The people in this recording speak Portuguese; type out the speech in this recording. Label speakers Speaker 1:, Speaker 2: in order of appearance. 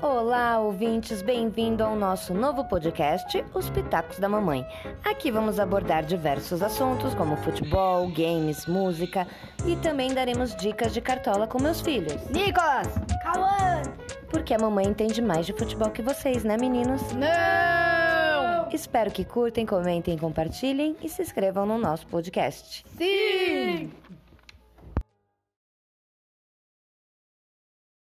Speaker 1: Olá, ouvintes, bem-vindo ao nosso novo podcast, Os Pitacos da Mamãe. Aqui vamos abordar diversos assuntos como futebol, games, música e também daremos dicas de cartola com meus filhos.
Speaker 2: Nicolas! Cauã!
Speaker 1: Porque a mamãe entende mais de futebol que vocês, né, meninos?
Speaker 2: Não!
Speaker 1: Espero que curtem, comentem, compartilhem e se inscrevam no nosso podcast.
Speaker 2: Sim!